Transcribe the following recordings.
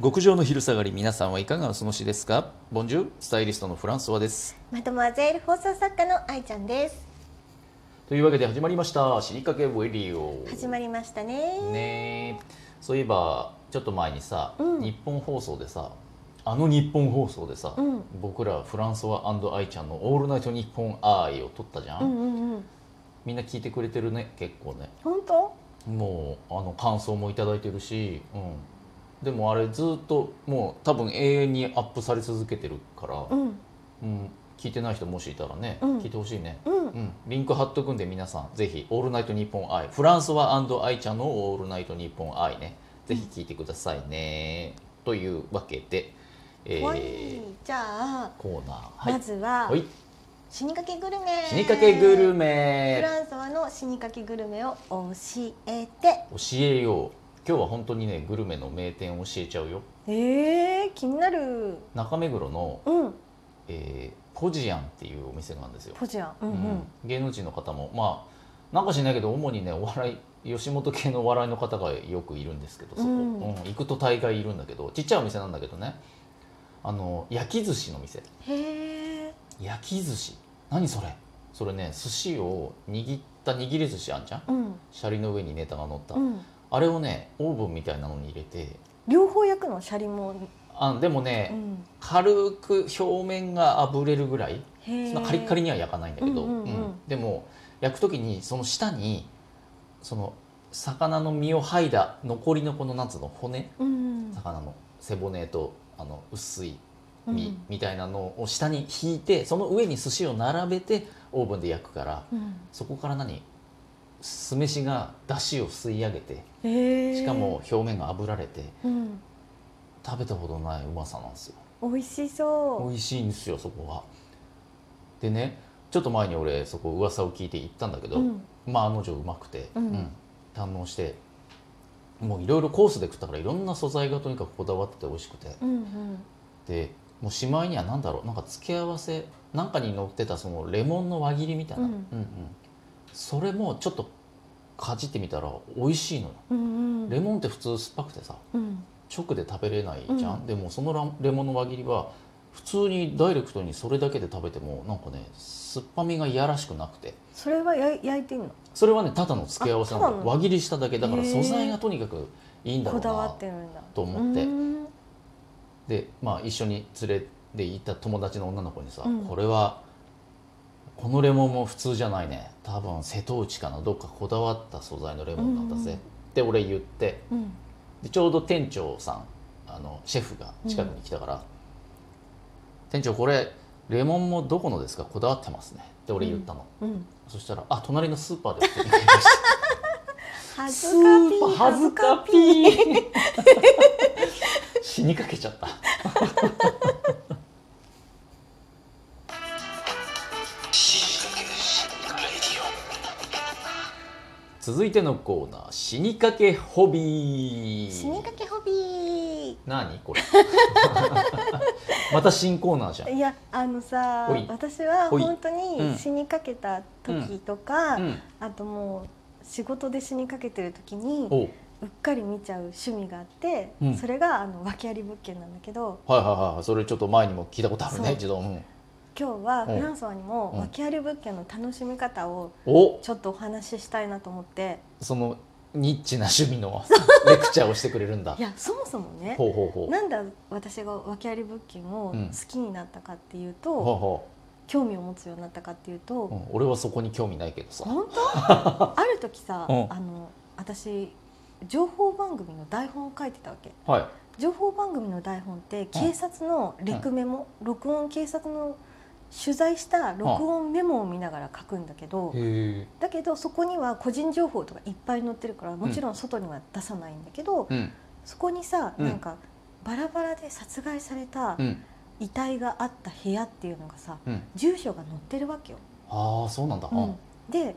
極上の昼下がり皆さんはいかがお過ごしですかボンジュールスタイリストのフランソワですまとまぜる放送作家の愛ちゃんですというわけで始まりました「死にかけウェディオ」始まりましたねねえそういえばちょっと前にさ、うん日本放送でさあの日本放送でさ、うん僕らフランソワ愛ちゃんの「オールナイトニッポン愛」を撮ったじゃん、うんうんうんみんな聞いてくれてるね結構ね本当もうあの感想も頂いただいてるし、うん、でもあれずっともう多分永遠にアップされ続けてるから、うんうん聞いてない人もしいたらね、うん聞いてほしいね、うんうん、リンク貼っとくんで皆さんぜひ「オールナイトニッポン愛」フランソワ愛ちゃんの「オールナイトニッポン愛ね」ぜひ聞いてくださいね、というわけで、えーはい、じゃあ、コーナーはい、まずは、はい、死にかけグルメ死にかけグルフメランソワの死にかけグルメを教えて教えよう今日は本当にねグルメの名店を教えちゃうよえー、気になる中目黒の、うんえーポジアンっていうお店があるんですよ、ポジアンうんううんん芸能人の方もまあなんか知らないけど主にねお笑い吉本系のお笑いの方がよくいるんですけどそこ、うんうん行くと大概いるんだけどちっちゃいお店なんだけどねあの焼き寿司の店へえ焼き寿司何それそれね寿司を握った握り寿司あんじゃんうんシャリの上にネタが乗った、うんあれをねオーブンみたいなのに入れて両方焼くのシャリも、あでもね、うん、軽く表面が炙れるぐらいへえそんなカリッカリには焼かないんだけど、うんうんうんでも焼く時にその下にその魚の身を剥いだ残りのこのなんつうの骨うん魚の背骨とあの薄いうん身みたいなのを下に引いてその上に寿司を並べてオーブンで焼くからうんそこから何酢飯が出汁を吸い上げてへえしかも表面が炙られてうん食べたことないうまさなんですよ。美味しそ美味しいんですよそこはでねちょっと前に俺そこ噂を聞いて行ったんだけうど、うんまああの女うまくて、うん堪能してもういろいろコースで食ったからいろんな素材がとにかくこだわってて美味しくてうんうんでもうしまいには何だろうなんか付け合わせなんかに乗ってたそのレモンの輪切りみたいな、うんうんうんそれもちょっとかじってみたら美味しいのようんうんレモンって普通酸っぱくてさうん直で食べれないじゃん、うんでもそのラレモンの輪切りは普通にダイレクトにそれだけで食べてもなんかね酸っぱみがいやらしくなくてそれはや焼いてんのそれはねただの付け合わせなあそうのなの輪切りしただけだからへー素材がとにかくいいんだろこうだわなってるんだと思ってうんで、まあ、一緒に連れて行った友達の女の子にさ、うんこれはこのレモンも普通じゃないね多分瀬戸内かなどっかこだわった素材のレモンなんだうんうんぜって俺言ってうんでちょうど店長さんあのシェフが近くに来たから「店長これレモンもどこのですかこだわってますね」って俺言ったの、うんそしたら「あ隣のスーパーで」って言ってくれました恥スずかーぴパーー恥ずかーぴー死にかけちゃった続いてのコーナー「死にかけホビー」死にかけホビ何これまた新コーナーじゃんーいやあのさほい私はほい本当うんに死にかけた時とか、うん、あともう仕事で死にかけてる時におううっかり見ちゃう趣味があって、うんそれがあの訳あり物件なんだけどはいはいはいそれちょっと前にも聞いたことあるそねう一度、うん今日はフランソワにうんも訳あり物件の楽しみ方をおちょっとお話ししたいなと思ってそのニッチな趣味のレクチャーをしてくれるんだいやそもそもねほうほうほうなんで私が訳あり物件をうん好きになったかっていうほうと、ほ興味を持つようになったかっていうと、う、うん、俺はそこに興味ないけどさ 本当ある時さ、うんあの私情報番組の台本を書いてたわけは情報番組の台本って警察のレクメモ、録音警察の取材した録音メモを見ながら書くんだけど、いへえだけどそこには個人情報とかいっぱい載ってるからもちろん外には出さないんだけど、うんそこにさ、うんなんかバラバラで殺害されたうん遺体があった部屋っていうのがさうん住所が載ってるわけよ、ああそうなんだうんで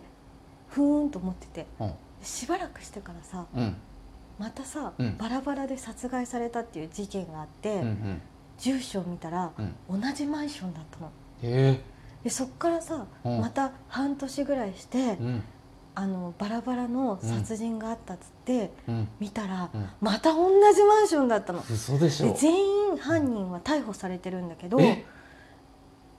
ふーんと思ってて、うんしばらくしてからさうんまたさ、うんバラバラで殺害されたっていう事件があっうて、んうん住所を見たらうん同じマンションだったのへえでそっからさ、うんまた半年ぐらいして、うんあのバラバラの殺人があったっつって、うん見たら、うんまた同じマンションだったの。嘘でしでょ全員犯人は逮捕されてるんだけどえ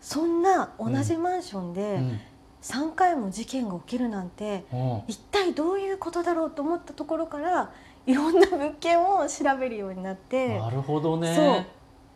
そんな同じマンションうでん3回も事件が起きるなんてうん一体どういうことだろうと思ったところからいろんな物件を調べるようになってなるほどねそう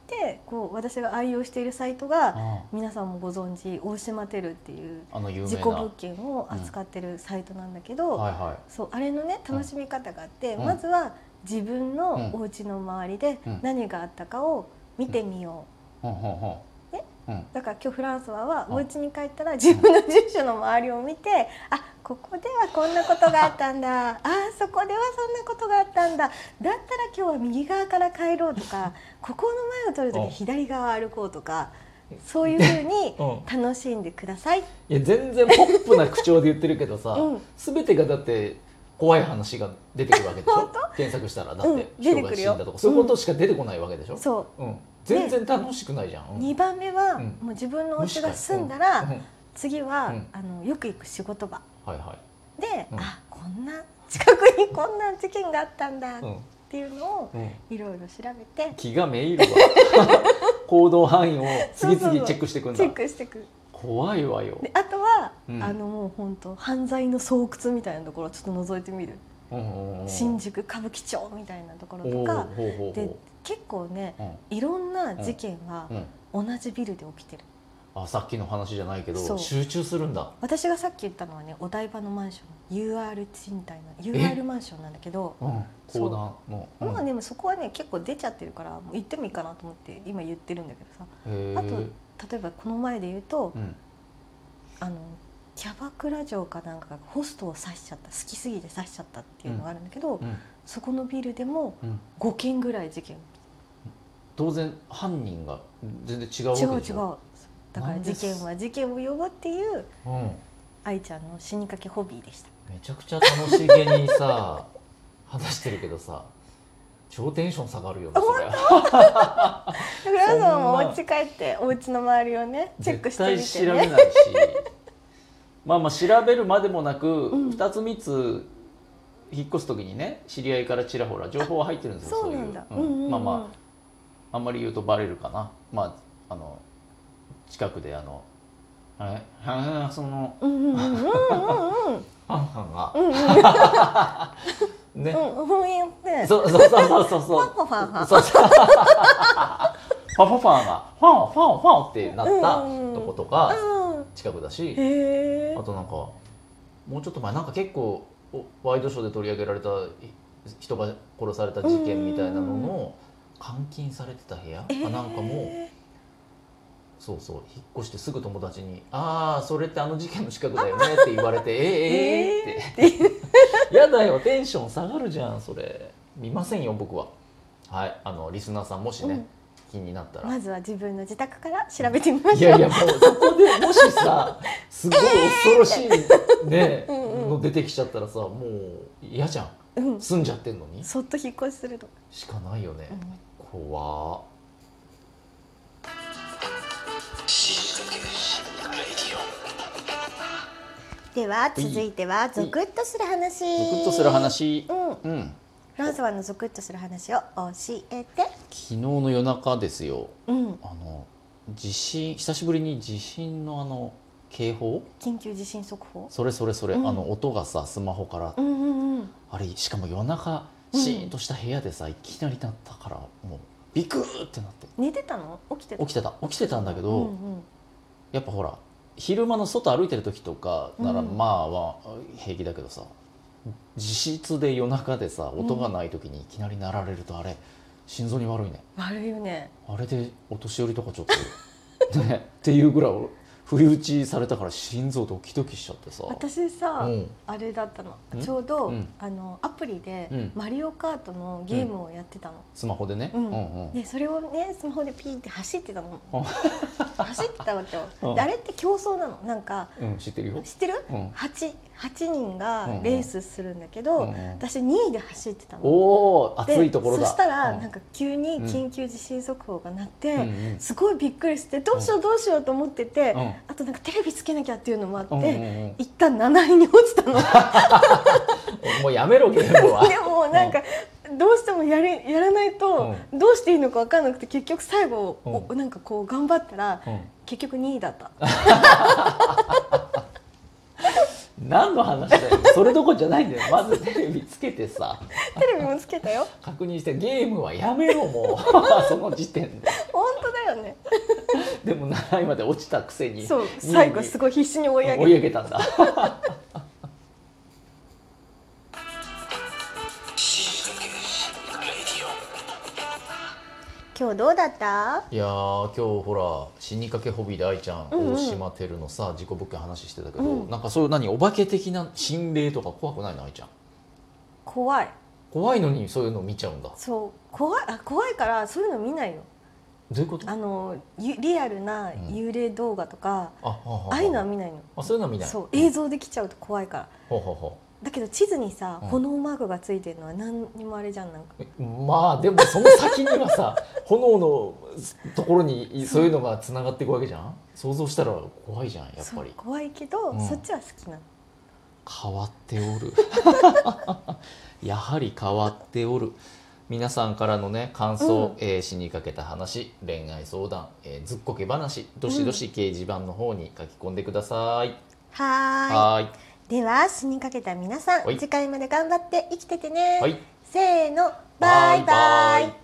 でこう私が愛用しているサイトがあ皆さんもご存知大島テルっていうああの有名な事故物件を扱ってるサイトなんだけど、はいはそうあれのね楽しみ方があって、うんまずは自分のうんお家の周りでうん何があったかを見てみよいほんほんほんえうんう、だから今日フランスワはうんお家に帰ったら自分の住所の周りを見てあここではこんなことがあったんだあそこではそんなことがあったんだだったら今日は右側から帰ろうと かここの前を通るときうんは左側歩こうとかそういうふうに う楽しんでください。いや全然ポップな口調で言ってるけどさ、うん全てがだって怖い話が出てくるわけでしょ検索したらだってうん出人てがく死るんよだとか、そういうことしか出てこないわけでしょ、そううん全然楽しくないじゃん、うん2番目は、うんもう自分のお家が住んだうんらうん次は、うんあのよく行く仕事場はいはで、うんあこんな近くにこんな事件があったんだい、っうんていうのをうん、いろいろ調べて気がめい るわ行動範囲を次々チェックしていくんだチェックしてく怖いわよ、であとは、うんあのもう本当犯罪の巣窟みたいなところをちょっと覗いてみるうんうんうん、新宿歌舞伎町みたいなところとかおーほうほうでほ結構ねううんいろんな事件はうん同じビルで起きてるあさっきの話じゃないけそどう集中するんだ私がさっき言ったのはねお台場のマンション UR 賃貸のえ UR マンションなんだけどうんそう講談のうんまあでもそこはね結構出ちゃってるからもう行ってもいいかなと思って今言ってるんだけどさへーあと例えばこの前で言うと、うんあのキャバクラ嬢かなんかがホストを刺しちゃった好きすぎて刺しちゃったっていうのがあるんだけど、うんそこのビルでもうん5件ぐらい事件当然犯人が全然違うわけ違う違うでしょだから事件は事件を呼ぶっていう違う、うん、愛ちゃんの死にかけホビーでしためちゃくちゃ楽しげに さ話してるけどさ超テンション下がるよねそれだから皆さんもお家帰ってお家の周りをねチェックしてみ絶対て調べねないし まあまあ調べるまでもなく、うん2つ3つ引っ越す時にね知り合いからちらほら情報は入ってるんですよそういなんだう、うんまあまあああんまり言うとバレるかなまああの近くであのあれあそのうんうんうんうんう んうんハンハンが、うんうんね、うん、本意って。そうそうそうそうそうそう。ファンファンファンそうそう。フ ァンファンファンがファンファンファンってなったとことかうん近くだし、へえあ。となんかもうちょっと前なんか結構おワイドショーで取り上げられたい人が殺された事件みたいなのうんうんの監禁されてた部屋かなんかもえそうそう引っ越してすぐ友達に「ああそれってあの事件の近くだよ ね」って言われて「えー、えー、えー、って「 やだよテンション下がるじゃんそれ見ませんよ僕は」はいあのリスナーさんもしね、うん気になったーら、まずは自分の自宅から調べてみまいしょやう。いやもうそこでもし さすごい恐ろしいね、うんうんの出てきちゃったらさもう嫌じゃんうん。住んじゃってんのにそっと引っ越しすると。しかないよね、うん怖っでは続いてはゾクッとする話。ゾクッとする。話うん。うんフランスはのゾクッとする話を教えて。昨日の夜中ですようん。あの地震久しぶりに地震のあの警報緊急地震速報。それそれそれ、うんあの音がさスマホから、うんうんうん。あれしかも夜中シーンとした部屋でさ、いきなりなったからもうビクーってなって寝てたの？起きてた。起きてた起きてたんだけど、うんうん。やっぱほら昼間の外歩いてる時とかならうんまあは平気だけどさ、自室で夜中でさ音がない時にいきなり鳴られるとあれ心臓に悪いね悪いよね。あれでお年寄りとかちょっ とねっていうぐらい俺不意打ちされたから心臓ドキドキしちゃってさ私さう。んあれだったのんちょうど、うんあのアプリで、うんマリオカートのゲームをやってたの、スマホでね、うんうんうんでそれをねスマホでピーって走ってたのうん走ってたわけよ うんであれって競争なのなんかうん、知ってるよ、知ってるうん、蜂8人がレースするんだけど、うんうん私2位で走ってたの。おおで暑いところだそしたらうんなんか急に緊急地震速報が鳴って、うんうんすごいびっくりしてどうしようどうしようと思ってて、うんあとなんかテレビつけなきゃっていうのもあって、うんうんうん一旦7位に落ち たのでもうやめろゲームはもなんかどうしてもやれやらないとどうしていいのか分かんなくて結局最後、おなんかこう頑張ったら、うん結局2位だ った。何の話だよそれどころじゃないんだよまずテレビつけてさテレビもつけたよ確認してゲームはやめろもう その時点で本当だよねでも7位まで落ちたくせにそう最後すごごい必死に追い上追げいて上げたんだ今日どうだったいやー今日ほら死にかけホビーで愛ちゃん、うんうん大島テルのさ事故物件話してたけど、うんなんかそういう何お化け的な心霊とか怖くないの愛ちゃん怖い怖いのにそういうの見ちゃうんだそう怖いあ怖いからそういうの見ないのどういうことあのゆリアルな幽霊動画とか、あははああいうのは見ないのあそういうのは見ないそう映像できちゃうと怖いからほうほうほだけど地図にさうん炎マークがついてるのは何にもあれじゃんなんかうえまあでもその先には さ炎のところにいそういうのがつながっていくわけじゃん想像したら怖いじゃんやっそぱうり怖いけど、うんそっちは好きなの変わっておる やはり変わっておる皆さんからのね感想、うんえー死にかけた話恋愛相談、えーずっこけ話どしどし掲示板の方に書き込んでください、はーいはーいでは死にかけた皆さんはい次回まで頑張って生きててね、はいせーのバイバイバイバイ